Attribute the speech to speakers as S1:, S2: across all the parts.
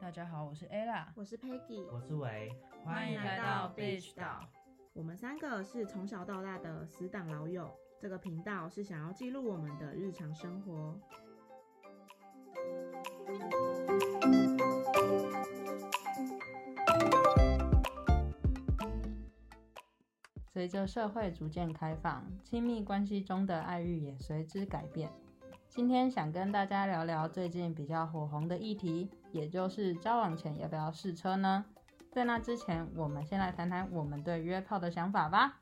S1: 大家好，我是 Ella，
S2: 我是 Peggy，
S3: 我是维，
S1: 欢迎来到 Beach 岛。
S2: 我们三个是从小到大的死党老友。这个频道是想要记录我们的日常生活。
S4: 随着社会逐渐开放，亲密关系中的爱欲也随之改变。今天想跟大家聊聊最近比较火红的议题，也就是交往前要不要试车呢？在那之前，我们先来谈谈我们对约炮的想法吧。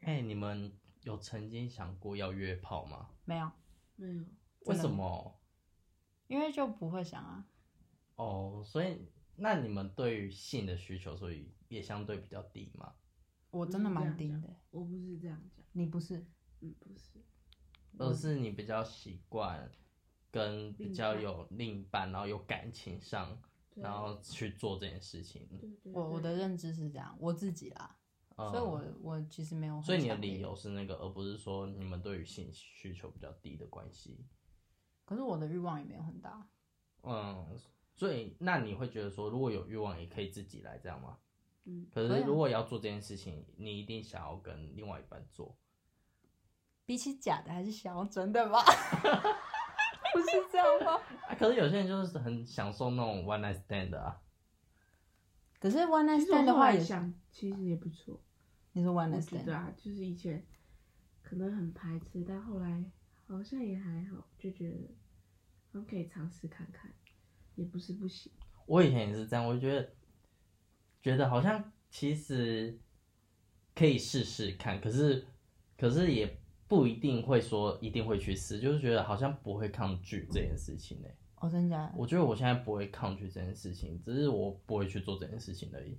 S3: 哎、你们有曾经想过要约炮吗？
S4: 没有，
S2: 没有，
S3: 为什么？
S4: 因为就不会想啊。
S3: 哦，所以那你们对于性的需求，所以也相对比较低嘛？
S4: 我真的蛮低的，
S2: 我不是这样讲，
S4: 你不是？
S2: 嗯，不是，
S3: 而是你比较习惯跟比较
S2: 另一半
S3: 有另一半，然后有感情上，
S2: 对
S3: 然后去做这件事情。
S2: 对对对
S4: 我我的认知是这样，我自己啦，
S3: 嗯
S4: 所以我我其实没有很
S3: 所以你的
S4: 强烈
S3: 理，由是那个，而不是说你们对于性需求比较低的关系。
S4: 可是我的欲望也没有很大，
S3: 嗯，所以那你会觉得说，如果有欲望，也可以自己来这样吗？
S2: 嗯，
S3: 可
S4: 可以
S3: 是
S4: 啊
S3: 如果要做这件事情，你一定想要跟另外一半做。
S4: 比起假的还是想要真的吧？ 不是这样吗？
S3: 啊，可是有些人就是很享受那种 one night stand 的啊。
S4: 可是 one night
S2: 其实我
S4: stand 的
S2: 后
S4: 话
S2: 来
S4: 也是，
S2: 想，其实也不错。
S4: 你说 one
S2: 我
S4: night
S2: 觉得
S4: stand，
S2: 啊，就是以前可能很排斥，但后来好像也还好，就觉得好像可以尝试看看，也不是不行。
S3: 我以前也是这样，我觉得觉得好像其实可以试试看，可是可是也不一定会说一定会去试，就是觉得好像不会抗拒这件事情呢、欸
S4: 哦，真假的？
S3: 我觉得我现在不会抗拒这件事情，只是我不会去做这件事情而已。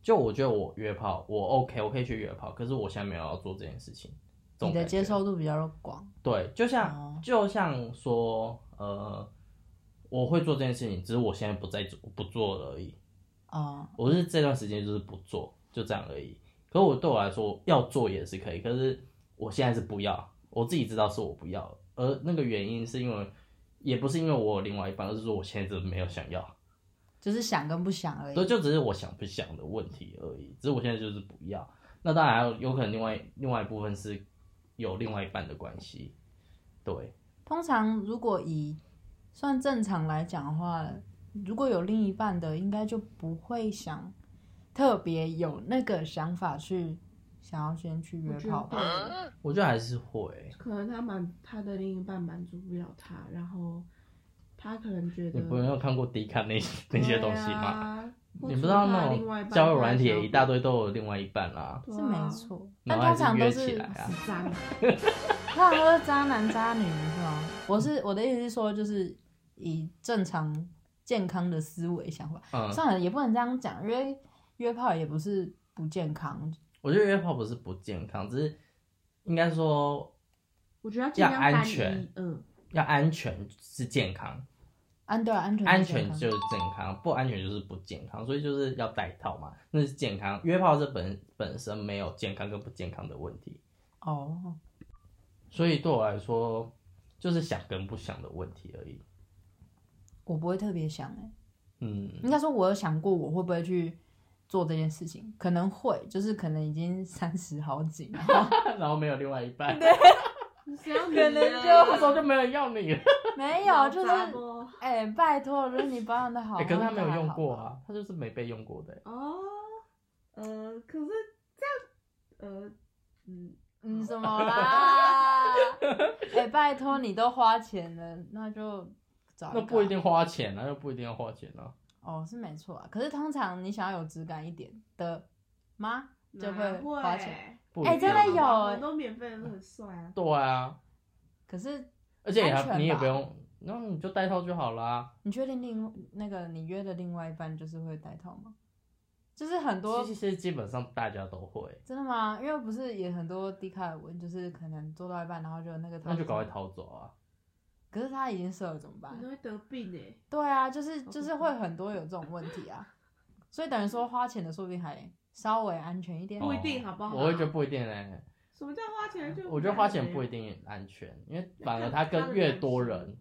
S3: 就我觉得我约炮，我 OK，我可以去约炮，可是我现在没有要做这件事情。这种
S4: 你的
S3: 感觉
S4: 接受度比较广，
S3: 对，就像、
S4: 哦
S3: 就像说，呃，我会做这件事情，只是我现在不在做，不做了而已。
S4: 哦，
S3: 我是这段时间就是不做，就这样而已。可是我对我来说，要做也是可以，可是我现在是不要，我自己知道是我不要，而那个原因是因为，也不是因为我有另外一半，而是说我现在真的没有想要，
S4: 就是想跟不想而
S3: 所以
S4: 已。
S3: 就只是我想不想的问题而已。只是我现在就是不要。那当然还有有可能另外另外一部分是有另外一半的关系，对。
S4: 通常如果以算正常来讲的话，如果有另一半的，应该就不会想特别有那个想法去想要先去约
S2: 我觉
S4: 炮吧。
S2: 得啊
S3: 我觉得还是会，
S2: 可能他满他的另一半满足不了他，然后他可能觉
S3: 你
S2: 得
S3: 不用看过迪卡那那些东西吗？
S2: 吗？啊或
S3: 你
S2: 除
S3: 不知道
S2: 他
S3: 那
S2: 另外一半
S3: 种交友
S2: 他
S3: 软体
S2: 想要
S3: 一大堆都有另外一半啦、
S2: 对
S4: 是
S2: 啊
S4: 没错，但
S3: 然后还
S4: 通
S3: 是
S4: 常都
S3: 约
S4: 是
S3: 起来啊
S2: 是渣男，
S4: 通常都是渣男渣女，是吗？我是我的意思是说，就是以正常健康的思维想法，
S3: 嗯，
S4: 算了，也不能这样讲，因为约炮也不是不健康，
S3: 我觉得约炮不是不健康，只是应该说
S2: 我觉得尽量
S3: 要安
S2: 单
S3: 全
S2: 一，嗯，
S3: 要安全是健康，
S4: 安对啊、安全
S3: 安
S4: 是健
S3: 全
S4: 康
S3: 就是健康，不安全就是不健康，所以就是要带套嘛，那是健康。约炮这本本身没有健康跟不健康的问题，
S4: 哦，
S3: 所以对我来说就是想跟不想的问题而已。
S4: 我不会特别想哎、
S3: 嗯，
S4: 应该说我有想过我会不会去做这件事情，可能会，就是可能已经三十好几，然后
S3: 然后没有另外一半，
S2: 只要你
S4: 可能
S2: 啊
S3: 那时候就没有人要你了。
S4: 没有， 就是
S2: 渣波
S4: 哎、拜托，如果你保养的好、
S3: 欸可是他没有用过
S4: 好
S3: 啊，他就是没被用过的欸、
S2: 哦，呃，可是这样，呃，嗯，
S4: 嗯，什么啦？ 哎、拜托，你都花钱了，那就找个
S3: 那不一定花钱啊，又不一定要花钱啊。
S4: 哦，是没错啊。可是通常你想要有质感一点的吗？就
S2: 哪
S4: 会
S2: 会
S4: 花钱。
S3: 不一
S4: 欸
S3: 定
S4: 真
S3: 啊
S4: 的有
S2: 我
S4: 欸
S2: 们都免费的都很帅啊，
S3: 对啊，
S4: 可是
S3: 而且也
S4: 安全吧
S3: 还你也不用，那你就带套就好啦。
S4: 你确定另那个你约的另外一半就是会戴套吗？就是很多
S3: 其实基本上大家都会，
S4: 真的吗？因为不是也很多低卡尔文，就是可能做到一半，然后就有那个套
S3: 那就
S4: 子
S3: 赶快。逃走啊。
S4: 可是他已
S3: 嗯
S4: 经射了怎么办
S2: 你？都会得病哎、
S4: 对啊，就是
S2: 好
S4: 就
S2: 可
S4: 是
S2: 怕
S4: 会很多有这种问题啊。所以等于说花钱的说不定还稍微安全一点。
S2: 不一定
S4: 哦
S2: 好不好
S3: 哦我会觉得不一定嘞、
S2: 什么叫花钱就？
S3: 我觉得花钱不一定安全，因为反而他跟越多人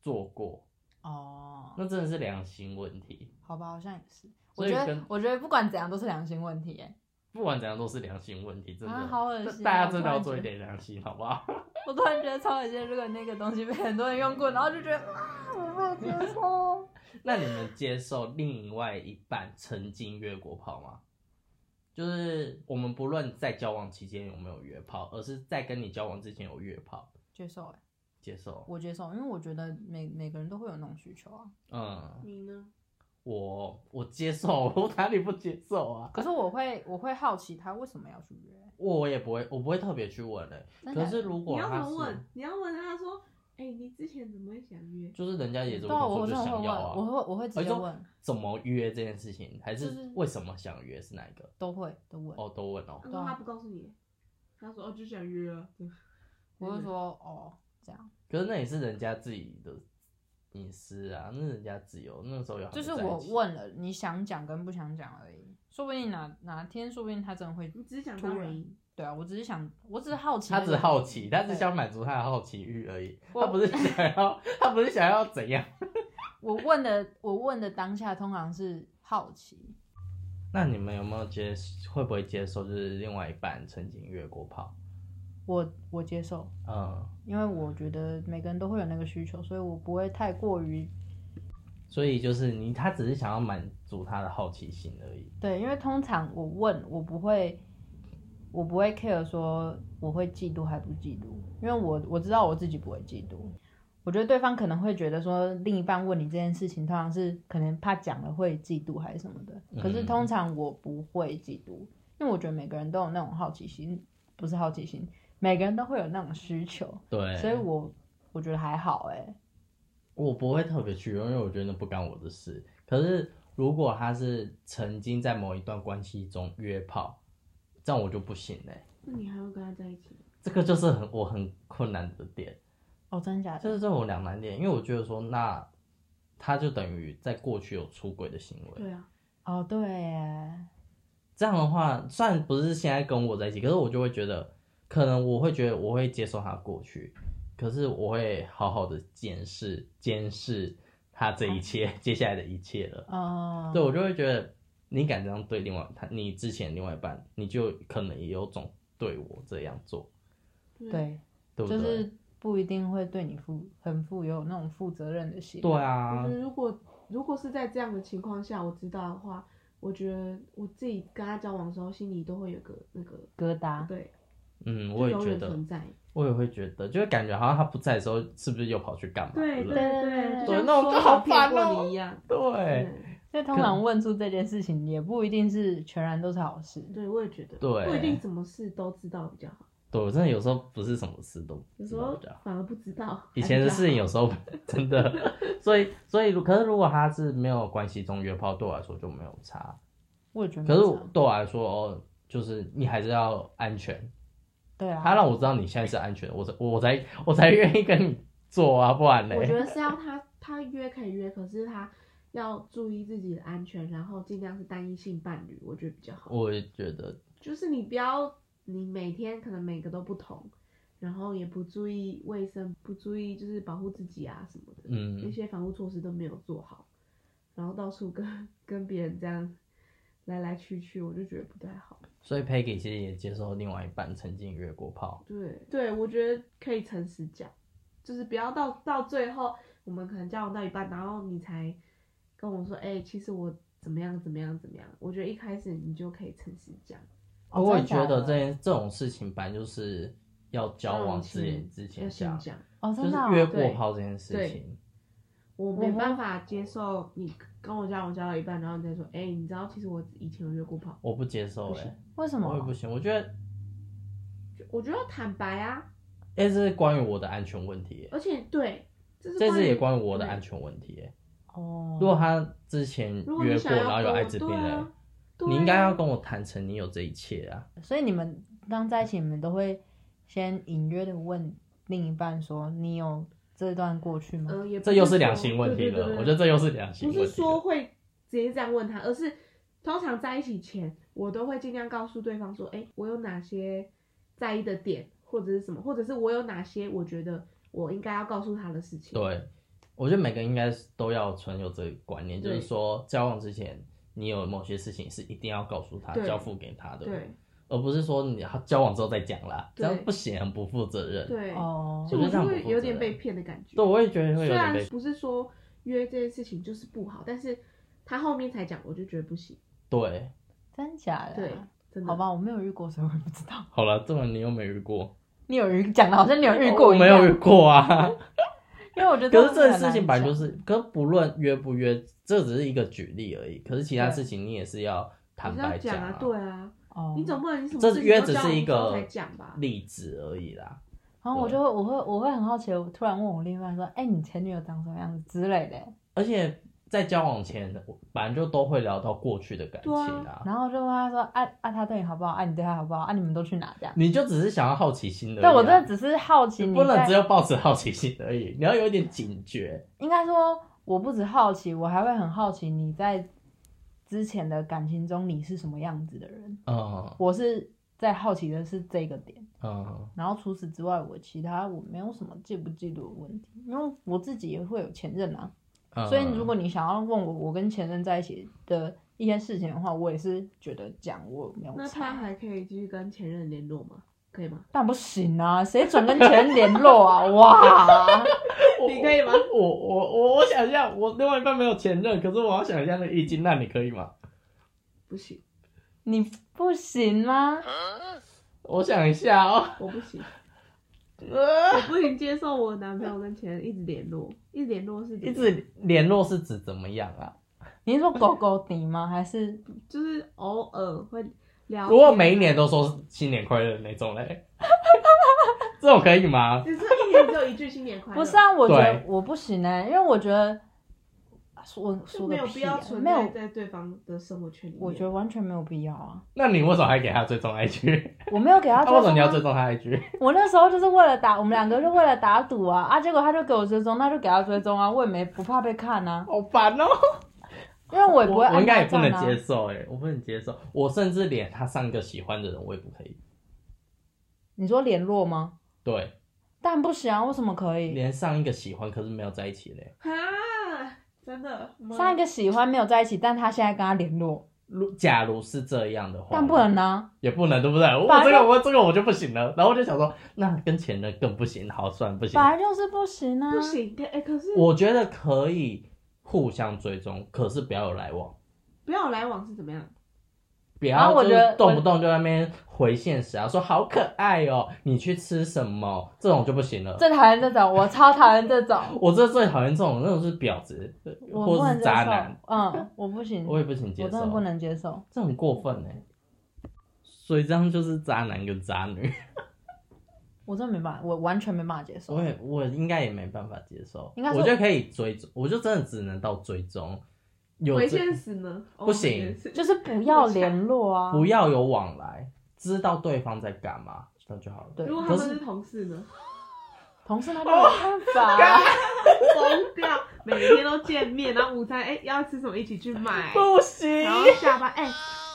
S3: 做过，
S4: 哦，
S3: 那真的是良心问题。
S4: 好吧，好像也是。我
S3: 所以
S4: 觉
S3: 跟
S4: 得，我觉得不管怎样都是良心问题耶。
S3: 不管怎样都是良心问题，真的。
S4: 啊好恶心
S3: 大
S4: 我
S3: 家
S4: 突
S3: 真的要
S4: 然
S3: 做一
S4: 觉得
S3: 点良心，好不好？
S4: 我突然觉得超恶心，如果那个东西被很多人用过，然后就觉得啊，我不能接受。
S3: 那你们接受另外一半曾经约过炮吗？就是我们不论在交往期间有没有约炮，而是在跟你交往之前有约炮，
S4: 接受哎，
S3: 接受。
S4: 我接受，因为我觉得每每个人都会有那种需求啊。
S3: 嗯，
S2: 你呢？
S3: 我我接受，我哪里不接受啊？
S4: 可是我会，我会好奇他为什么要去约。
S3: 我也不会，我不会特别去问嘞、
S4: 真的
S3: 可是如
S2: 你
S3: 果
S2: 要
S3: 他
S2: 怎么
S3: 是
S2: 问？，你要问他说，哎、你之前怎么会想约？
S3: 就是人家也这
S4: 对
S3: 么
S4: 啊，我
S3: 说
S4: 真
S3: 就
S4: 的会
S3: 想
S4: 问，
S3: 要
S4: 我
S3: 啊，
S4: 会我会直接
S3: 哎就
S4: 问，
S3: 怎么约这件事情，还
S4: 就是
S3: 是为什么想约是哪一个？
S4: 都会都问。
S3: 哦，都问哦。
S2: 他说他不告诉你，他说哦，就想约啊。
S4: 我就说哦，这样。
S3: 可是那也是人家自己的隐私啊，那是人家自由，那时候有还
S4: 就是
S3: 在一
S4: 我
S3: 起
S4: 问了，你想讲跟不想讲而已。说不定哪哪天，说不定他真的会。
S2: 你只是想当
S4: 突然
S2: 人，
S4: 对啊，我只是想，我只是好奇那
S3: 他
S4: 个。
S3: 只好奇，他只
S4: 对
S3: 想满足他的好奇欲而已，
S4: 我
S3: 他不是想要， 他不是想要怎样。
S4: 我问的，我问的当下通常是好奇。
S3: 那你们有没有接，会不会接受就是另外一半曾经约过炮？
S4: 我我接受，
S3: 嗯，
S4: 因为我觉得每个人都会有那个需求，所以我不会太过于
S3: 所以就是你，他只是想要满足他的好奇心而已。
S4: 对，因为通常我问我不会，我不会 care 说我会嫉妒还不嫉妒，因为我我知道我自己不会嫉妒。我觉得对方可能会觉得说，另一半问你这件事情，通常是可能怕讲了会嫉妒还是什么的。可是
S3: 嗯
S4: 通常我不会嫉妒，因为我觉得每个人都有那种好奇心，不是好奇心，每个人都会有那种需求，
S3: 对，
S4: 所以我我觉得还好哎、
S3: 我不会特别去，因为我觉得那不干我的事。可是如果他是曾经在某一段关系中约炮，这样我就不行欸嘞、
S2: 那你还会跟他在一起？
S3: 这个就是很我很困难的点。
S4: 哦，真的假
S3: 就
S4: 的？
S3: 是这种两难点，因为我觉得说，那他就等于在过去有出轨的行为。
S2: 对啊，
S4: 哦，对耶，
S3: 这样的话，虽然不是现在跟我在一起，可是我就会觉得，可能我会觉得我会接受他过去，可是我会好好的监视监视他这一切、 接下来的一切了。
S4: 哦、
S3: 对我就会觉得，你敢这样对另外他，你之前另外一半，你就可能也有种对我这样做，
S2: 对啊，
S4: 对，
S3: 对不
S4: 就
S3: 对？
S4: 是不一定会对你负很负有那种负责任的心。
S3: 对啊
S2: 我觉，得如果如果是在这样的情况下，我知道的话，我觉得我自己跟他交往的时候，心里都会有个那个，
S4: 疙瘩。
S2: 对，
S3: 嗯，
S2: 就
S3: 我也
S2: 永
S3: 觉
S2: 远
S3: 得，
S2: 存在。
S3: 我也会觉得，就是感觉好像他不在的时候，是不是又跑去干嘛？
S2: 对
S3: 不
S2: 对
S4: 对
S2: 对，
S4: 对
S2: 像
S3: 那我
S2: 说
S3: 就好
S2: 他骗
S3: 烦
S2: 过
S3: 哦
S2: 你一样。
S3: 对
S4: 所以通常问出这件事情，也不一定是全然都是好事。
S2: 对，对我也觉得，
S3: 对
S2: 不一定什么事都知道比较好，
S3: 对，我真的有时候不是什么事都
S2: 有
S3: 知
S2: 时
S3: 道
S2: 候
S3: 的。
S2: 反而不知道。
S3: 以前的事情
S2: 有，
S3: 有时候 真的，所以所以可是如果他是没有关系中约炮，对我来说就没有差。
S4: 我也觉得没
S3: 可
S4: 差。
S3: 是我对我来说，哦，就是你还是要安全。
S4: 对啊，
S3: 他让我知道你现在是安全的，我才我才我才愿意跟你做啊，不然呢？
S2: 我觉得是要他他约可以约，可是他要注意自己的安全，然后尽量是单一性伴侣，我觉得比较好。
S3: 我也觉得
S2: 就是你不要你每天可能每个都不同，然后也不注意卫生，不注意就是保护自己啊什么的，那
S3: 嗯，
S2: 些防护措施都没有做好，然后到处跟跟别人这样来来去去，我就觉得不太好。
S3: 所以 Peggy 其实也接受另外一半曾经约过炮。
S2: 对对，我觉得可以诚实讲，就是不要到到最后，我们可能交往到一半，然后你才跟我说，哎、其实我怎么样怎么样怎么样。我觉得一开始你就可以诚实讲，
S4: 哦
S3: 我
S4: 真
S3: 也
S4: 的假
S3: 觉得
S4: 的
S3: 这件这种事情本来就是要交往之前之
S2: 嗯要
S3: 前
S2: 先
S3: 讲，
S2: 讲。
S4: 哦，
S3: 就
S4: 真
S3: 是
S4: 的哦
S3: 约过炮这件事
S2: 对
S3: 情。
S2: 我没办法接受你跟我交往交到一半，然后你再说，哎、你知道其实我以前有约过炮。
S3: 我不接受
S2: 不
S3: 哎、
S2: 行
S4: 为什
S3: 我也不
S4: 么？
S3: 行。我觉得，
S2: 我觉得坦白啊，
S3: 哎、这是关于我的安全问题、欸
S2: 而且对，这是
S3: 欸，这次也
S2: 关于。
S3: 关于我的安全问题、欸。
S4: 哦，
S3: 如果他之前
S2: 如果
S3: 约
S2: 你
S3: 过，
S2: 想要
S3: 然后有
S2: 跟我
S3: 艾滋病
S2: 对
S3: 嘞、
S2: 啊对
S3: 你应该
S2: 啊
S3: 要跟我坦诚你有这一切啊。
S4: 所以你们刚在一起，你们都会先隐约的问另一半说：“你有这段过去吗
S2: 呃，也不
S3: 这又
S2: 是
S3: 是良
S2: 说
S3: 心问题
S2: 对对
S3: 了，
S2: 对对
S3: 我觉得这又是良心
S2: 不
S3: 问题了。
S2: 是说会直接这样问他，而是通常在一起前，我都会尽量告诉对方说，哎、我有哪些在意的点，或者是什么，或者是我有哪些我觉得我应该要告诉他的事情。
S3: 对，我觉得每个人应该是都要存有这个观念，就
S2: 对
S3: 是说交往之前，你有某些事情是一定要告诉他、
S2: 对
S3: 交付给他的，
S2: 对
S3: 而不是说你交往之后再讲啦，这
S2: 对
S3: 样不行，很不负责任。
S2: 对，
S1: 哦
S2: 所以
S3: 我觉
S2: 我
S3: 得
S2: 就
S3: 这
S2: 会
S3: 样不负
S2: 有
S3: 责
S2: 点
S3: 任
S2: 被骗的感觉。
S3: 对，我也觉得会
S2: 虽
S3: 有点
S2: 然
S3: 被
S2: 不是说约这件事情就是不好，但是他后面才讲，我就觉得不行。
S3: 对。
S4: 真假的？
S2: 对，真的
S4: 好，吧，我没有遇过，所以我也不知道。
S3: 好了，这种你又没遇过，
S4: 你有遇讲的好像你有遇过
S3: 我
S4: 一
S3: 没
S4: 样，
S3: 有遇 过啊。
S4: 因为我觉得
S3: 可是这
S4: 个
S3: 件事情本来就是，可是不论约不约，这只是一个举例而已。可是其他事情你也是要坦
S2: 你是要
S3: 白
S2: 讲
S3: 啊，
S2: 啊，对啊，
S4: 哦，
S2: 你总不能你什么
S3: 这
S2: 事情
S3: 约
S2: 都
S3: 只
S2: 交往
S3: 是一
S2: 之后
S3: 个
S2: 才讲吧？
S3: 例子而已啦。
S4: 然后我
S3: 对
S4: 就会，我会，我会很好奇，我突然问我另一半说：“哎、你前女友长什么样子之类的。
S3: 而且在交往前，反正就都会聊到过去的感情
S2: 对
S3: 啊”。
S4: 然后就问他说：“啊啊，他对你好不好？啊，你对他好不好？啊，你们都去哪？”这样。
S3: 你就只是想要好奇心的、
S4: 对我真的只是好奇你
S3: 不能
S4: 在，
S3: 只有抱持好奇心而已，你要有一点警觉。
S4: 应该说，我不止好奇，我还会很好奇你在之前的感情中你是什么样子的人。
S3: 嗯
S4: 我是在好奇的是这个点，
S3: 嗯，
S4: 然后除此之外，我其他我没有什么记不记录的问题，因为我自己也会有前任啊。
S3: 嗯
S4: 所以如果你想要问我我跟前任在一起的一些事情的话，我也是觉得讲我没有
S2: 那他
S4: 差，
S2: 还可以继续跟前任联络吗？可以吗？
S4: 但不行啊，谁准跟前任联络 啊？哇，
S2: 你可以吗？
S3: 我我我我想一下，我另外一半没有前任，可是我要想一下那个意境，那你可以吗？
S2: 不行，
S4: 你不行 吗？
S3: 我想一下哦，
S2: 我不行，
S3: 呃
S2: 我不行接受我男朋友跟前任一直联络，一直联络是
S3: 一直联络是指怎么样啊？
S4: 你是说狗狗底吗？还是
S2: 就是偶尔会聊天啊。
S3: 如果每一年都说新年快乐的那种嘞， 这种可以吗？
S2: 只是一年只有一句新年快乐，
S4: 不是啊？我觉得
S3: 对
S4: 我不行呢、因为我觉得啊说我
S2: 就
S4: 说
S2: 没
S4: 个
S2: 有必
S4: 屁、
S2: 要
S4: 啊，
S2: 存
S4: 没
S2: 在
S4: 有，
S2: 在对方的生活圈里面。
S4: 我觉得完全没有必要啊！
S3: 那你为什么还给他追踪 IG？
S4: 我没有给他
S3: 那
S4: 追
S3: 为什么
S4: 踪、
S3: 你要
S4: 啊
S3: 追，踪 他 IG？
S4: 我那时候就是为了打，我们两个就为了打赌啊啊！结果他就给我追踪，那就给他追踪啊，我也没不怕被看啊。
S3: 好烦哦、
S4: 因为我也不会、
S3: 我
S4: 按
S3: 我应该也
S4: 照
S3: 不
S4: 这
S3: 能
S4: 样啊
S3: 接受哎、我不能接受，我甚至连他上一个喜欢的人我也不可以，
S4: 你说联络吗？
S3: 对，
S4: 但不行啊，为什么可以？
S3: 连上一个喜欢可是没有在一起欸嘞。
S2: 啊，真的吗
S4: 上一个喜欢没有在一起，但他现在跟他联络，
S3: 如假如是这样的话，
S4: 但不能哦啊。
S3: 也哦不能，对不对？我
S4: 反
S3: 这
S4: 正
S3: 个我这个我就不行了，然后我就想说，那跟前任更不行，好，算了不行
S4: 本。来就是不行啊。
S2: 不行，可哎、可是
S3: 我觉得可以互相追踪，可是不要有来往，
S2: 不要来往是怎么样？
S3: 不
S4: 啊
S3: 要
S4: 我
S3: 就
S4: 觉得
S3: 是动不动就在那边回现实啊，说好可爱哦，你去吃什么？这种就不行了。
S4: 最讨厌这种，我超讨厌这种，
S3: 我这最讨厌这种，那种是婊子
S4: 我不
S3: 或
S4: 能
S3: 是
S4: 接
S3: 渣男
S4: 受。，嗯，我不行，
S3: 我
S4: 我
S3: 也不行接
S4: 真
S3: 受，
S4: 的不能接受。
S3: 这很过分哎、所以这样就是渣男跟渣女，
S4: 我真的没办法，我完全没办法接受
S3: 我。也我应该也没办法接受。
S4: 应该说
S3: 我觉得可以追踪，我就真的只能到追踪，有
S2: 回
S3: 这
S2: 现实呢？哦
S3: 不行
S2: 回现实
S4: 就是不要联络啊，
S3: 不要有往来，知道对方在干嘛，那就好了。
S4: 对
S2: 如果他们是同事呢？
S4: 同事他就没办
S3: 哦
S4: 法啊、
S2: 疯掉，每天都见面，然后午餐哎、要吃什么一起去买，
S3: 不行
S2: 然后下班哎、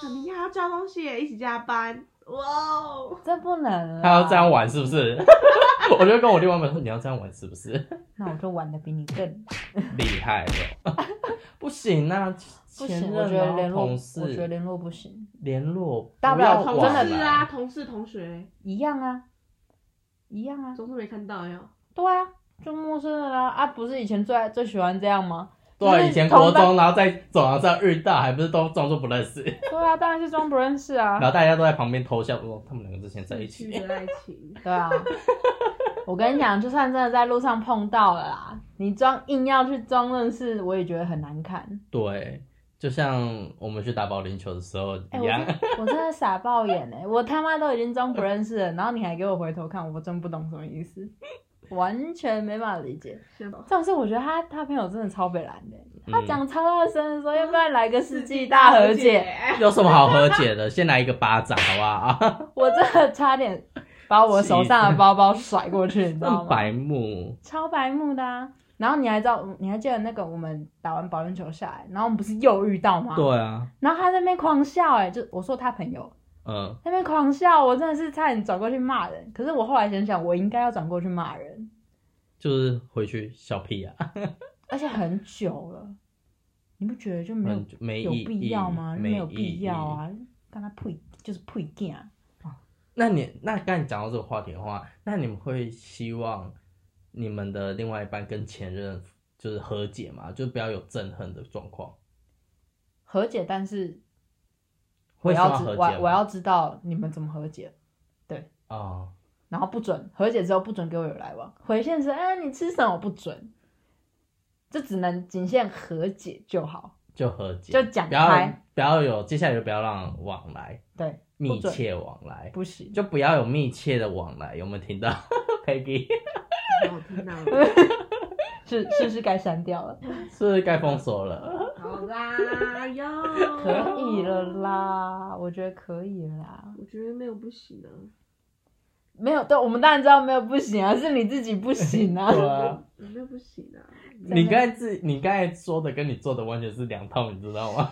S2: 明天还要交东西耶，一起加班，哇哦！
S4: 这不能。啊
S3: 他要这样，玩是不是？ 我就跟我另外一半说，你要这样玩是不是？
S4: 那我就玩的比你更
S3: 厉害 了， 不行啊，
S4: 不
S3: 前
S4: 行。
S3: 任
S4: 我觉得
S3: 啊
S4: 联络，
S3: 同
S4: 我觉得
S3: 事
S4: 联络不行，
S3: 联络，
S4: 大不了
S3: 要
S4: 同
S2: 同
S3: 往
S2: 事
S3: 来
S2: 啊，，同事同学，
S4: 一样啊，一样啊。
S2: 总是没看到哟。
S4: 对啊，就陌生人啊啊，不是以前最爱最喜欢这样吗？就是
S3: 对，以前
S4: 同
S3: 国
S4: 班
S3: 中，然后在走廊上遇到，还不是都装作不认 识，
S4: 对啊，当然是装不认识啊
S3: 然。后大家都在旁边偷笑，说他们两个之前在一
S2: 逝
S4: 嗯
S3: 起。
S2: 去的爱情，
S4: 对啊， 我跟你讲，就算真的在路上碰到了啦，你装硬要去装认识，我也觉得很难看。
S3: 对，就像我们去打保龄球的时候
S4: 哎、
S3: 一
S4: 我
S3: 样。
S4: 真 我真的傻爆眼哎、我他妈都已经装不认识了，然后你还给我回头看，我真不懂什么意思，完全没办法理解。
S2: 是吗
S4: 但是我觉得他他朋友真的超北蓝的、欸他
S3: 嗯
S4: 讲超大声的说，要不然来个 世纪大和解。，
S3: 有什么好和解的？先来一个巴掌，好不啊好？
S4: 我真的差点把我手上的包包甩过去，你知道
S3: 那
S4: 吗？
S3: 白目，
S4: 超白目的、啊，然后你还知道，你还记得那个我们打完保龄球下来，然后我们不是又遇到吗？。
S3: 对啊，
S4: 然后他在那边狂笑、哎，就我说他朋友
S3: 嗯，
S4: 在那边狂笑，我真的是差点转过去骂人。可是我后来想想，我应该要转过去骂人，
S3: 就是回去小屁啊，
S4: 而且很久了，你不觉得就没有
S3: 嗯就没
S4: 有
S3: 意
S4: 必要吗？
S3: 义
S4: 没有
S3: 意
S4: 必要
S3: 义
S4: 啊，跟他配就是配件。啊
S3: 那你那刚才讲到这个话题的话，那你们会希望你们的另外一半跟前任就是和解嘛？就不要有憎恨的状况，
S4: 和解，但是我
S3: 会希
S4: 要
S3: 望
S4: 知
S3: 和解
S4: 我
S3: 吗
S4: 要我要知道你们怎么和解，
S3: 哦，
S4: 然后不准和解之后不准给我有来往，回现实，哎，你吃什么不准，就只能仅限和解就好，
S3: 就和解，
S4: 就讲
S3: 不要
S4: 开
S3: 不要有接下来就不要让往来
S4: 对，不
S3: 密
S4: 准
S3: 切往来，
S4: 不行，
S3: 就不要有密切的往来，有没有听到 ？Peggy
S2: 让我听到了，
S4: 是是不是该删掉了？
S3: 是不是该封锁了？
S2: 好啦哟，
S4: 可以了。啦，我觉得可以了啦，
S2: 我觉得没有不行啊，
S4: 没有，对，我们当然知道没有不行啊，是你自己不行 啊，
S3: 对啊，
S2: 有没有不行啊？
S4: 的
S3: 你刚才自你刚才说的跟你做的完全是两套，你知道吗？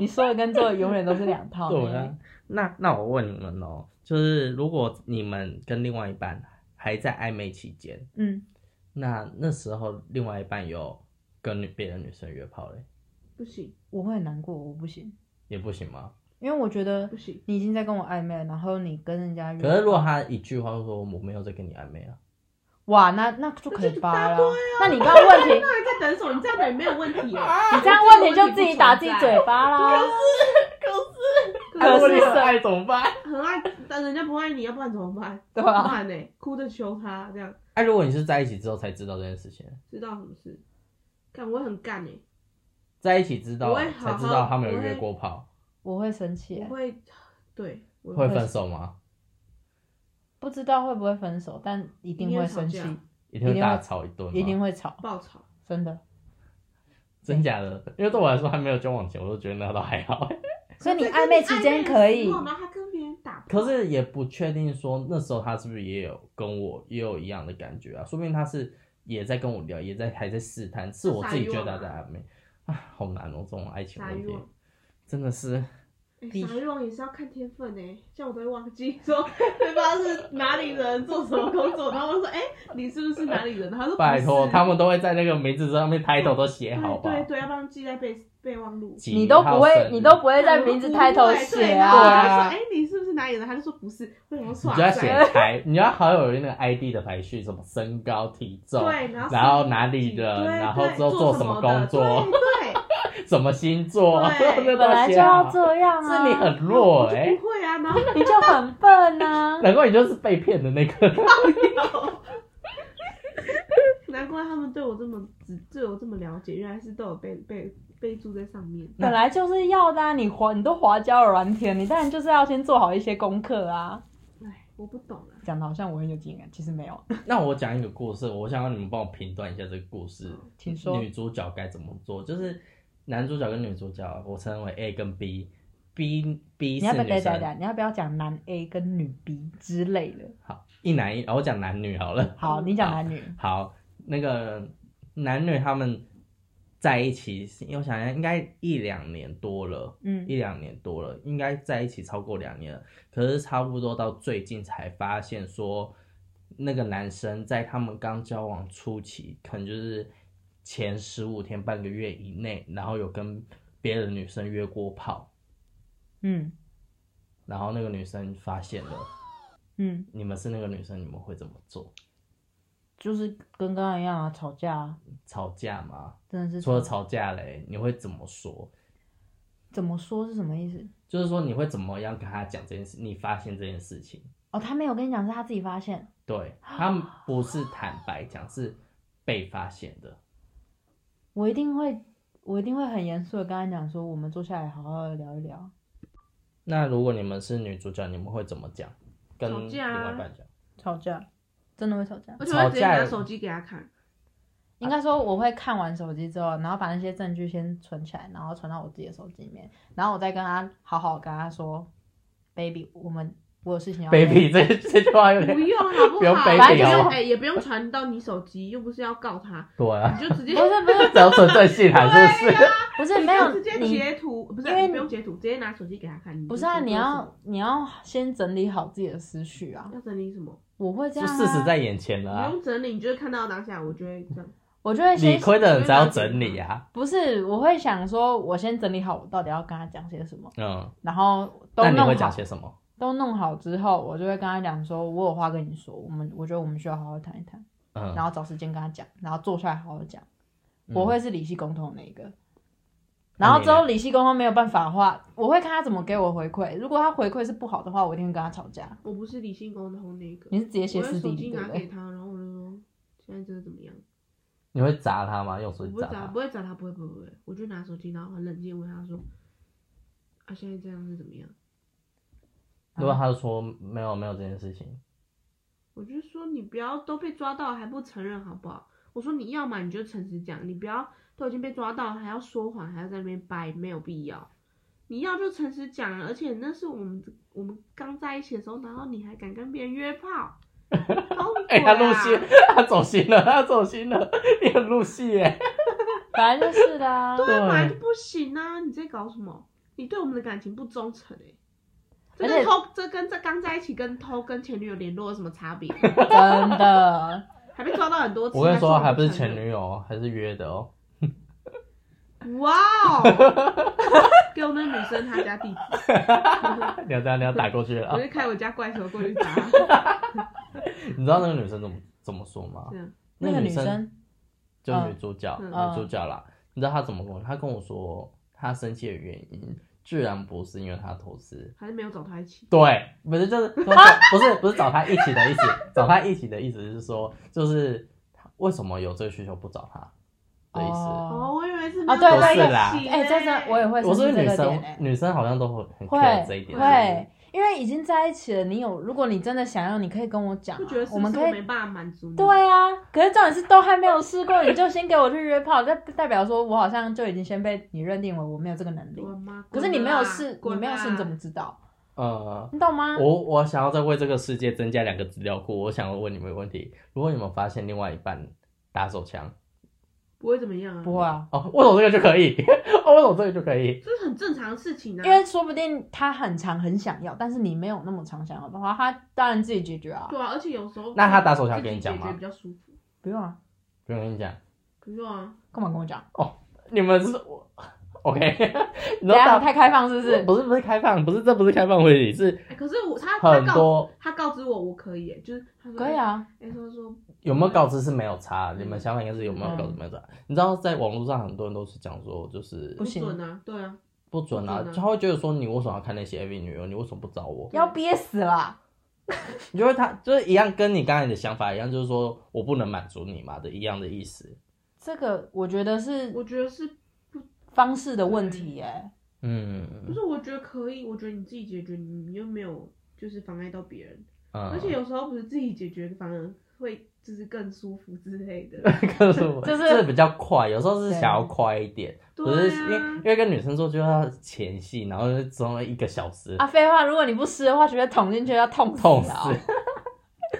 S4: 你说的跟做的永远都是两套，
S3: 对啊，那那我问你们哦，就是如果你们跟另外一半还在暧昧期间，
S4: 嗯，
S3: 那那时候另外一半有跟女别的女生约炮嘞，
S2: 不行
S4: 我会很难过，我不行，
S3: 也不行吗？
S4: 因为我觉得
S2: 不行，
S4: 你已经在跟我暧昧了，然后你跟人家约，
S3: 可是如果他一句话就说我没有在跟你暧昧啊，
S4: 哇，那那就可以扒
S2: 那
S4: 了
S2: 就。啊
S4: 那你刚刚问 题，
S2: 那还在等什么？你这样等也没有问题耶。
S4: 你这样问题就自己打自己嘴巴啦。可
S3: 啊如果
S4: 是
S3: 你
S4: 什
S3: 很爱怎么 办？
S2: 很爱， 但人家不爱你，要不然怎么办？
S4: 对啊
S2: 怎么办呢？哭着求他，这样
S3: 哎、如果你是在一起之后才知道这件事情，
S2: 知道什么事？干，我会很干欸呢，
S3: 在一起知道
S2: 我会好好
S3: 才知道他们有约过炮，
S4: 我会生气
S2: 我
S4: 欸，
S2: 会，对，我
S3: 会分手吗？
S4: 不知道会不会分手，但一定会生气
S2: 一定会吵，
S3: 一定会大吵一顿吗？
S4: 一定会吵，
S2: 爆炒。
S4: 真的。
S3: 真假的？因为对我来说还没有交往前，我都觉得那倒还好。
S4: 所以你暧昧期间可
S2: 在跟你
S4: 以
S2: 暧昧的时候然后他跟别人打炮，
S3: 可是也不确定说那时候他是不是也有跟我也有一样的感觉啊？说不定他是也在跟我聊，也在还在试探，是我自己觉得他在暧昧啊， 好难哦，这种爱情问
S2: 傻
S3: 题
S2: 鱼王
S3: 真的是
S2: 哎
S4: 必须
S2: 傻欲望也是要看天分呢，像我都会忘记说 对方是哪里人，做什么工作，然后我说哎，你是不是哪里人？他说
S3: 拜托，他
S2: 们
S3: 们都会在那个名字上面 title 都写好
S2: 对
S3: 吧？
S2: 对对，要不然记在备备忘录。
S3: 几
S4: 你都不
S3: 号
S4: 会，
S3: 生日
S4: 你都不会在名字开头写
S2: 对
S3: 对
S2: 然
S4: 啊
S3: 啊。
S2: 后我就说哎，你是不是哪里人？他就说不是，为什么
S3: 你
S2: 耍
S3: 就要
S2: 帅？
S3: 写台，你要好友有那个 ID 的排序，什么身高、体重，
S2: 对，然后
S3: 然后哪里人
S2: 对
S3: 然后
S2: 对
S3: 之后
S2: 做
S3: 做什
S2: 的
S3: 么工作
S2: 对对，
S3: 什么星座，
S2: 对
S3: 那
S4: 本来
S3: 都
S4: 就
S3: 写好
S4: 要这样啊，
S3: 是你很 弱哎、
S2: 不会啊，然 后
S4: 你就很笨 啊。
S3: 难怪你就是被骗的那个。
S2: 难怪他们对我这么只对我这么了解，原来是都有备备备注在上面。
S4: 本来就是要的、啊，你滑你都滑交友软体，你当然就是要先做好一些功课啊。
S2: 哎，我不懂啊。
S4: 讲的好像我很有经验，其实没有。
S3: 那我讲一个故事，我想让你们帮我评断一下这个故事，
S4: 请说
S3: 女主角该怎么做？就是男主角跟女主角，我称为 A 跟 B，B B
S4: 你要不要
S3: 是女
S4: 等等
S3: 生，
S4: 等？你要不要讲男 A 跟女 B 之类的？
S3: 好，一男一，哦我讲男女好了。
S4: 嗯好，你讲男女。
S3: 好，那个男女他们在一起，我想一下，应该一两年多了，
S4: 嗯
S3: 一两年多了，应该在一起超过两年了。可是差不多到最近才发现说，那个男生在他们刚交往初期，可能就是前十五天、半个月以内，然后有跟别的女生约过炮，
S4: 嗯
S3: 然后那个女生发现了。
S4: 嗯，
S3: 你们是那个女生，你们会怎么做？
S4: 就是跟刚刚一样啊，吵架啊，
S3: 吵架吗？
S4: 真的是
S3: 除了吵架嘞，你会怎么说？
S4: 怎么说是什么意思？
S3: 就是说你会怎么样跟他讲这件事？你发现这件事情，
S4: 哦，他没有跟你讲，是他自己发现。
S3: 对他们不是坦白讲，是被发现的。
S4: 我一定会，我一定会很严肃的跟他讲说，我们坐下来好好的聊一聊。
S3: 那如果你们是女主角，你们会怎么讲？跟
S2: 吵
S3: 另
S2: 架啊
S3: 外一半讲？
S4: 吵架，真的会吵架。
S2: 而且我会直接拿手机给他 看，
S4: 应该说我会看完手机之后，然后把那些证据先存起来，然后存到我自己的手机里面，然后我再跟他好好跟他说，baby，我们我有事情要
S3: 卑
S4: 背
S3: 鄙，这这句话有
S2: 不
S3: 点
S2: 用好不好？
S3: 不用哦卑
S4: 鄙
S2: 也不
S4: 好
S2: 用
S4: 不好
S2: 哎、也不用传到你手机，又不是要告他，
S3: 对啊，
S2: 你就直接
S4: 不是不是
S3: 只要纯正信函是不是？
S4: 不是
S2: 你
S4: 没
S2: 就
S4: 有
S2: 直接
S4: 你
S2: 截图，不是啊
S4: 因为
S2: 你不用截图，直接拿手机给他看。
S4: 不
S2: 就是
S4: 啊，
S2: 说
S4: 你
S2: 这是
S4: 要你要先整理好自己的思绪啊
S2: 什么。要整理什么？
S4: 我会这
S3: 就
S4: 样、啊，
S3: 事实在眼前了
S2: 不
S3: 啊，
S2: 用整理，你就是看到当下，我就会这样。
S4: 我就会
S3: 理
S4: 先
S3: 亏的人才要整理啊，
S4: 不是，我会想说，我先整理好我到底要跟他讲些什么，
S3: 嗯，
S4: 然后都
S3: 那你会
S4: 弄
S3: 讲
S4: 好，
S3: 些什么？
S4: 都弄好之后，我就会跟他讲说，我有话跟你说，我们我觉得我们需要好好谈一谈，
S3: 嗯，
S4: 然后找时间跟他讲，然后坐下来好好讲。
S3: 嗯
S4: 我会是理性沟通的那一个。
S3: 那
S4: 然后
S3: 你
S4: 之
S3: 呢
S4: 后理性沟通没有办法的话，我会看他怎么给我回馈。如果他回馈是不好的话，我一定会跟他吵架。
S2: 我不是理性沟通那个，
S4: 你是直接
S2: 我
S4: 歇
S2: 会
S4: 斯底
S2: 手
S4: 里，
S2: 机
S4: 对
S2: 拿
S4: 不
S2: 给
S4: 对？
S2: 他，然后我就说现在这个怎么样？
S3: 你会砸他吗？用手
S2: 我
S3: 机
S2: 不会
S3: 砸
S2: 找，
S3: 他
S2: 不？会找他，不会不会不会，我就拿手机，然后很冷静地问他说，啊，现在这样是怎么样？
S3: 如果他就说没有没有这件事情，
S2: 我就说你不要都被抓到了还不承认好不好？我说你要嘛你就诚实讲，你不要都已经被抓到了还要说谎，还要在那边掰，没有必要。你要就诚实讲啊，而且那是我们我们刚在一起的时候，然后你还敢跟别人约 炮，好鬼啊
S3: 哎、他入戏， 他走心了，他走心了， 你很入戏耶。
S4: 反正就是的啊。
S2: 对啊，
S3: 对
S2: 本来就不行啊！你在搞什么？你对我们的感情不忠诚哎、这
S4: 而
S2: 跟
S4: 且
S2: 偷，这跟这刚在一起跟偷跟前女友联络有什么差别？
S4: 真的，
S2: 还被抓到很多次。
S3: 我跟你说，还
S2: 还
S3: 不是前
S2: 友。
S3: 女友哦，还是约的哦。
S2: 哇哦！ 给我那女生她家地址，
S3: 你要这样，你要打过去了啊
S2: 我。就开我家怪手过去砸她。
S3: 你知道那个女生怎么怎么说吗
S2: 这？样，
S4: 那个女
S3: 女
S4: 生
S3: 就
S4: 嗯
S3: 女主角，
S2: 嗯
S3: 女主角啦。你知道她怎么跟我？她跟我说，她生气的原因居然不是因为她偷吃，
S2: 还是没有找她一起。
S3: 对，不是就是不是不是不是找她一起的意思，找她一起的意思是说，就是为什么有这个需求不找她的意思。
S4: 哦，
S2: 哦，我以为是
S4: 哦对
S2: 没有
S3: 对对
S2: 在一起欸
S4: 哎、
S2: 嘞
S4: 真的我也会
S3: 我
S4: 生
S3: 说
S4: 气这
S3: 女
S4: 个
S3: 生
S4: 点哎、
S3: 女生好像都会很 care 这
S4: 会
S3: 一点，
S4: 会，因为已经在一起了，你有如果你真的想要，你可以跟我讲、啊
S2: 就觉得，是
S4: 我
S2: 不
S4: 们
S2: 是
S4: 可
S2: 我
S4: 以
S2: 没办法满足你？
S4: 对啊，可是重点是都还没有试过，你就先给我去约炮，那代表说我好像就已经先被你认定为我没有这个能力
S2: 我。妈。
S4: 可是你没有试，你
S2: 滚啊
S4: 没有试，你怎么？知道？
S3: 呃，
S4: 你懂吗？
S3: 我我想要再为这个世界增加两个资料库，我想要问你们一个问题：如果你们发现另外一半打手枪，
S2: 不会怎么样啊？
S4: 不会，啊，
S3: 哦，我懂这个就可以， 哦，我懂这个就可以。
S2: 这是很正常的事情啊。
S4: 因为说不定他很常很想要，但是你没有那么常想要的话，他当然自己解决啊，
S2: 对啊，而且有时候
S3: 那他打手
S2: 手
S3: 枪跟你讲吗
S2: 比较舒服。
S4: 不用啊，
S3: 不用跟你讲，
S2: 不用啊，
S4: 干嘛跟我讲？
S3: 你们是我 OK，你知
S4: 怎样
S3: 道大
S4: 太开放是不是？
S3: 不是不是开放，不是这不是开放会议，是
S2: 哎、可是我他他
S3: 很
S2: 告
S3: 多
S2: 他告知我我可以耶，就是他说
S4: 可以，啊，
S2: 哎、他说
S3: 有没有告知是没有差，你们想法应该是有没有告知
S4: 嗯
S3: 没有差。你知道在网络上很多人都是讲说就是
S4: 不行
S2: 准啊，对啊，
S3: 不准啊
S2: 不准啊，
S3: 他会觉得说你为什么要看那些 AV 女优，你为什么不找我？
S4: 要憋死了。
S3: 你就会他就是一样跟你刚才的想法一样，就是说我不能满足你嘛的一样的意思。
S4: 这个我觉得是
S2: 我觉得是
S4: 方式的问题耶，
S3: 嗯
S2: 不是？我觉得可以，我觉得你自己解决，你又没有就是妨碍到别人，
S3: 嗯，
S2: 而且有时候不是自己解决，反而会就是更舒服之类 的。
S3: 可是我
S4: 就是
S3: 这比较快，有时候是想要快一点，不是
S2: 对
S3: 因为因
S2: 啊，
S3: 为跟女生做就要前戏，然后就总了一个小时，
S4: 啊，废话，如果你不湿的话，直接捅进去要痛
S3: 痛
S4: 死
S3: 死。
S4: 啊。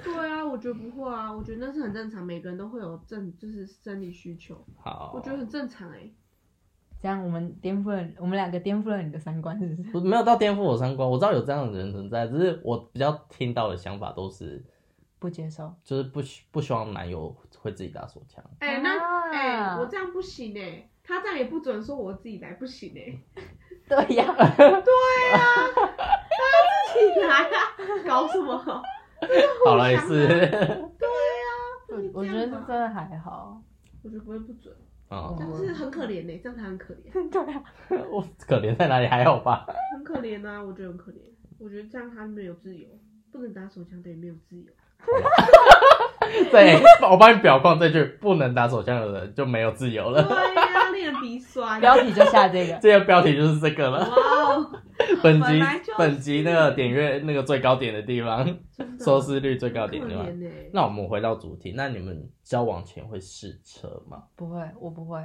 S2: 对啊，我觉得不会啊，我觉得那是很正常，每个人都会有正就是生理需求，
S3: 好，
S2: 我觉得很正常哎、
S4: 这样我们颠覆了，我们两个颠覆了你的三观，是不是？
S3: 不没有到颠覆我三观，我知道有这样的人存在，只是我比较听到的想法都是，
S4: 不接受，
S3: 就是不希不希望男友会自己打手枪。
S2: 哎、那哎、
S4: 啊
S2: 我这样不行哎、他这样也不准说我自己来不行哎、
S4: 对呀、
S2: 自己来啊，搞什么？啊
S3: 好了，也 是，
S4: 我 我觉得这真的还好。
S2: 我觉得不会不准，
S3: 嗯，
S2: 但是很可怜呢、欸这样他很可怜，
S4: 对啊，
S3: 我可怜在哪里？还好吧？
S2: 很可怜呐、我觉得很可怜。我觉得这样他没有自由，不能打手枪等于没有自由。
S3: 对，我帮你表框这句，不能打手枪的人就没有自由 了。
S2: 对呀、令人鼻酸。哇
S4: 标题就下这个。
S3: 这个标题就是这个了。
S2: 哦，
S3: 本集
S2: 本来就是
S3: 本集那个点阅那个最高点的地方，
S2: 真的啊
S3: 收视率最高
S2: 很可
S3: 点对吧
S2: 怜？欸呢、
S3: 那我们回到主题，那你们交往前会试车吗？
S4: 不会，我不会，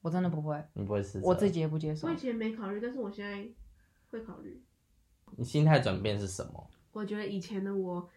S4: 我真的不会，
S3: 你不会试车？
S4: 我自己也不接受
S2: 我以。前没考虑，但是我现在会考虑。
S3: 你心态转变是什么？
S2: 我觉得以前的我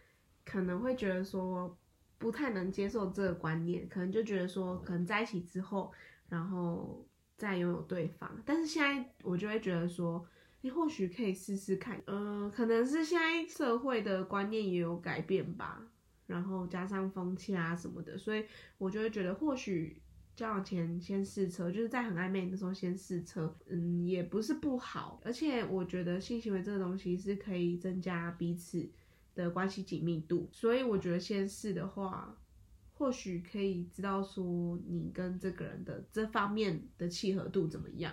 S2: 可能会觉得说不太能接受这个观念，可能就觉得说可能在一起之后，然后再拥有对方。但是现在我就会觉得说，你或许可以试试看，呃，可能是现在社会的观念也有改变吧，然后加上风气啊什么的，所以我就会觉得或许。交往前先试车，就是在很暧昧的时候先试车，嗯，也不是不好。而且我觉得性行为这个东西是可以增加彼此的关系紧密度，所以我觉得先试的话，或许可以知道说你跟这个人的这方面的契合度怎么样。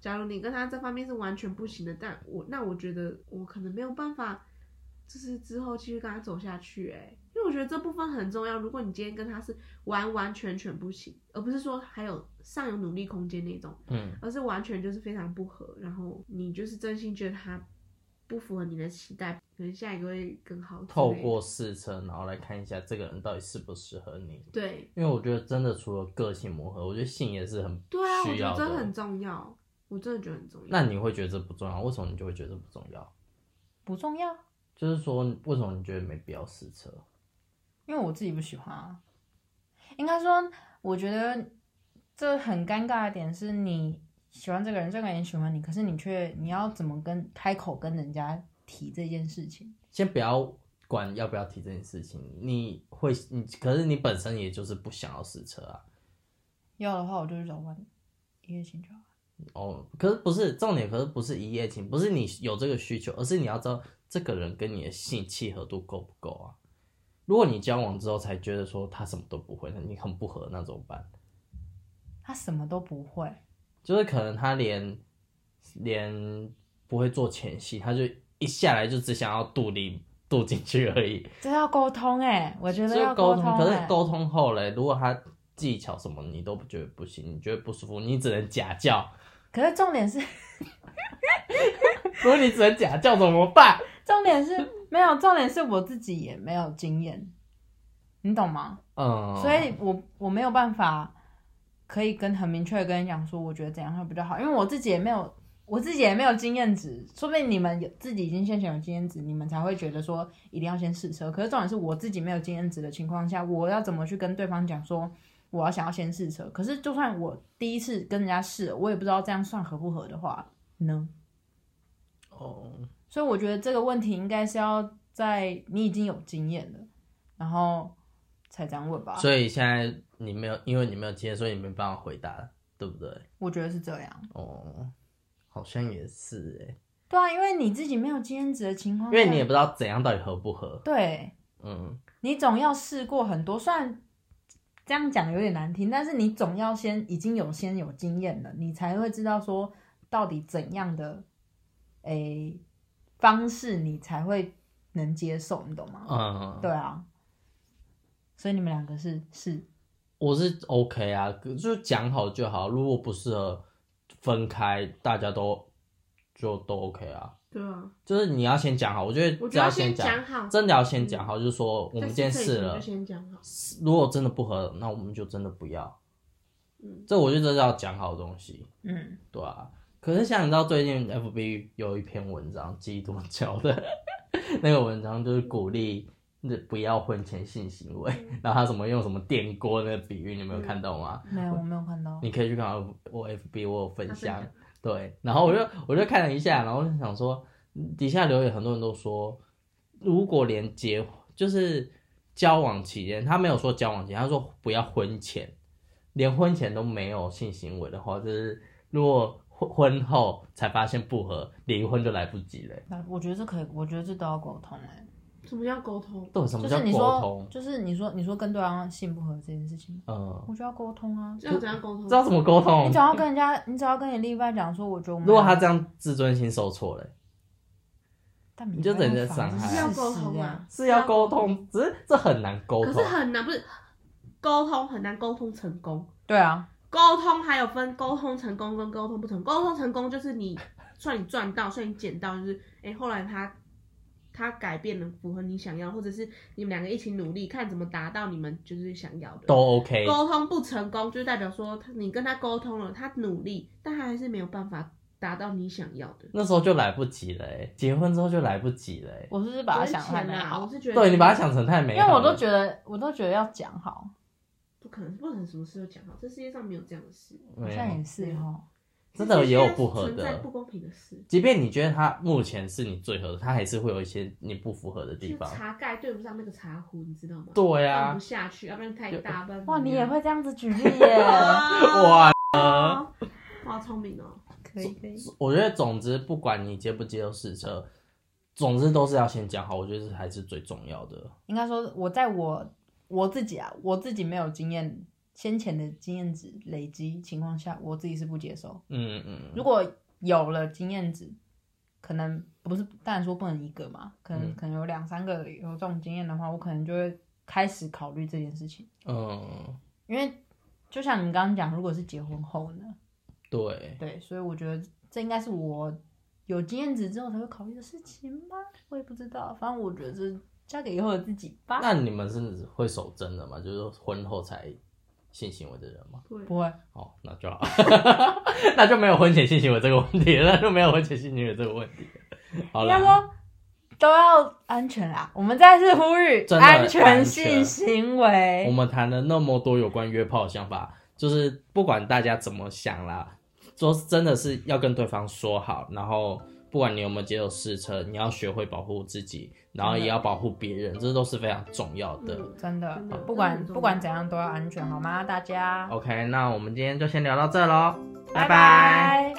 S2: 假如你跟他这方面是完全不行的，但我那我觉得我可能没有办法，就是之后继续跟他走下去、欸，因为我觉得这部分很重要。如果你今天跟他是完完全全不行，而不是说还有尚有努力空间那种，
S3: 嗯，
S2: 而是完全就是非常不合，然后你就是真心觉得他不符合你的期待，可能下一个会更好之类的。
S3: 透过试车，然后来看一下这个人到底适不适合你。
S2: 对
S3: 因为我觉得真的除了个性磨合，我觉得性也是很
S2: 对啊，我
S3: 需
S2: 觉
S3: 要
S2: 得
S3: 的。
S2: 这很重要，我真的觉得很重要。
S3: 那你会觉得这不重要？为什么你就会觉得这不重要？
S4: 不重要，
S3: 就是说，为什么你觉得没必要试车？
S4: 因为我自己不喜欢啊。应该说，我觉得这很尴尬的点是你喜欢这个人，这个人也喜欢你，可是你却你要怎么跟开口跟人家提这件事情？
S3: 先不要管要不要提这件事情，你会你可是你本身也就是不想要试车啊。
S4: 要的话，我就去找外面一夜情就好。
S3: 哦，可是不是重点，可是不是一夜情，不是你有这个需求，而是你要知道这个人跟你的性契合度够不够啊。如果你交往之后才觉得说他什么都不会，你很不合，那怎么办？
S4: 他什么都不会，
S3: 就是可能他连连不会做前戏，他就一下来就只想要肚里肚进去而已，
S4: 这要沟通哎、我觉
S3: 就
S4: 得
S3: 是
S4: 要
S3: 沟
S4: 通、
S3: 通。
S4: 欸。
S3: 可是沟通后嘞，如果他技巧什么你都觉得不行，你觉得不舒服，你只能假叫，
S4: 可是重点是，
S3: 如果你只能假叫怎么办？
S4: 重点是没有，重点是我自己也没有经验，你懂吗？
S3: 嗯，
S4: 所以我我没有办法可以跟很明确的跟你讲说，我觉得怎样会比较好，因为我自己也没有，我自己也没有经验值，说不定你们有自己已经先前有经验值，你们才会觉得说一定要先试车。可是重点是我自己没有经验值的情况下，我要怎么去跟对方讲说？我要想要先试车，可是就算我第一次跟人家试了，我也不知道这样算合不合的话呢。
S3: 哦。
S4: 所以我觉得这个问题应该是要在你已经有经验了，然后才这样问吧。
S3: 所以现在你没有，因为你没有经验，所以你没办法回答，对不对？
S4: 我觉得是这样。
S3: 哦，好像也是哎，
S4: 对啊，因为你自己没有经验值的情况
S3: 因
S4: 下，
S3: 为你也不知道怎样到底合不合。
S4: 对
S3: 嗯，
S4: 你总要试过很多，虽然这样讲有点难听，但是你总要先已经有先有经验了，你才会知道说到底怎样的诶方式你才会能接受，你懂吗？
S3: 嗯，
S4: 对啊，所以你们两个是是
S3: 我是 OK 啊，可就讲好就好。如果不适合分开，大家都就都 OK 啊。
S2: 对啊，
S3: 就是你要先讲好，我觉得
S2: 我
S3: 只
S2: 觉得要
S3: 先
S2: 先
S3: 讲
S2: 讲好
S3: 真的要先
S2: 嗯
S3: 讲好，就是说我
S2: 我
S3: 们今天试了
S2: 就，先讲好。
S3: 如果真的不合，那我们就真的不要。
S2: 嗯，
S3: 这我觉得这是要讲好的东西。
S4: 嗯。
S3: 对啊，可是像你知道最近 FB 有一篇文章基督教的 那个文章，就是鼓励那不要婚前性行为，
S2: 嗯
S3: 然后他什么用什么电锅那个比喻，你没有看到吗？
S4: 没有，我没有看到。
S3: 你可以去看我我 FB 我有分享
S2: 他分，
S3: 对，然后我就我就看了一下，然后我就想说，底下留言很多人都说，如果连结就是交往期间，他没有说交往期间，他说不要婚前，连婚前都没有性行为的话，就是如果婚婚后才发现不合，离婚就来不及了。
S4: 那我觉得这可以，我觉得这都要沟通哎、
S2: 什么叫沟通？
S3: 到底什么
S4: 就
S3: 叫
S4: 是你
S3: 沟
S4: 说
S3: 通，？
S4: 就是你说，你说跟对方性不合这件事情，
S3: 嗯，
S4: 我就要沟通啊。
S2: 要怎样沟通？
S3: 知道怎么沟
S4: 你
S3: 通
S4: 只？要跟人家，你只要跟你另一半讲说，我觉得我们
S3: 如果他这样自尊心受挫了。
S4: 但
S3: 你就等着伤害
S4: 是
S2: 是
S3: 啊
S2: 要沟通
S4: 啊
S2: 啊，，
S3: 是要沟通，只是这很难沟
S2: 可
S3: 通。
S2: 是很难，不是沟通很难沟通成功。
S4: 对啊，
S2: 沟通还有分沟通成功跟沟通不成功。沟通成功就是你算你赚到，算你捡到，就是哎、诶后来他他改变了，符合你想要，或者是你们两个一起努力，看怎么达到你们就是想要的。
S3: 都 OK，
S2: 沟通不成功，就代表说他你跟他沟通了，他努力，但他还是没有办法达到你想要的。
S3: 那时候就来不及了、欸，结婚之后就来不及了、欸。
S4: 我是不是把它
S2: 就是
S4: 想得太
S2: 钱
S4: 美
S2: 啊，我
S4: 好？
S2: 是觉得，
S3: 对你把它想成太
S4: 因
S3: 美
S4: 为
S3: 好了，
S4: 我都觉得，我都觉得要讲好，
S2: 不可能，不可能什么事都讲好，这世界上没有这样的事，
S4: 好
S3: 没
S4: 像也
S3: 有，
S4: 是哦。
S3: 真的也有不合
S2: 存在
S3: 的
S2: 不公平的事。
S3: 即便你觉得他目前是你最合的，他还是会有一些你不符合的
S2: 就
S3: 地
S2: 是
S3: 方。
S2: 茶盖对不上那个茶壶，你知道吗？
S3: 对啊
S2: 放
S3: 呀
S2: 不、下去，要不然太大。不然
S4: 哇，
S2: 怎么
S4: 你也
S2: 样
S4: 会这样子 举例耶？
S3: 哇，
S2: 哦，啊哇，聪明哦！
S4: 可以可以，
S3: 我觉得总之不管你接不接受试车，总之都是要先讲好，我觉得这还是最重要的。
S4: 应该说我在我我自己啊，我自己没有经验，先前的经验值累积情况下，我自己是不接受。
S3: 嗯嗯，
S4: 如果有了经验值，可能不是，当然说不能一个嘛，可能、
S3: 嗯
S4: 可能有两三个有这种经验的话，我可能就会开始考虑这件事情，
S3: 嗯，
S4: 因为就像你刚刚讲，如果是结婚后呢，
S3: 对，
S4: 对，所以我觉得这应该是我有经验值之后才会考虑的事情吧，我也不知道，反正我觉得这交给以后的自己吧。
S3: 那你们是会守贞的吗？就是婚后才性行为的人吗？
S2: 对，
S4: 不会，
S3: 哦，那就好， 那就没有婚前性行为这个问题了，那就没有婚前性行为这个问题了。好
S4: 应该，
S3: 了
S4: 说都要安全啦。我们再次呼吁
S3: 真的
S4: 安
S3: 安全
S4: 性行
S3: 我
S4: 为。
S3: 们谈了那么多有关约炮的想法，就是不管大家怎么想啦，说真的是要跟对方说好，然后不管你有没有接受试车，你要学会保护自己，然后也要保护别人，这都是非常重要的。
S2: 嗯
S4: 真的
S2: 真的，
S4: 不
S2: 真的
S4: 管
S2: 很重要
S4: 不管怎样都要安全，好吗？大家，
S3: OK，那我们今天就先聊到这喽，拜
S4: 拜。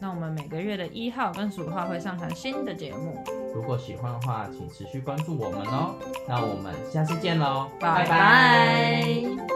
S4: 那我们每个月的一号跟十五号会上传新的节目，
S3: 如果喜欢的话，请持续关注我们哦。那我们下次见喽，
S4: 拜拜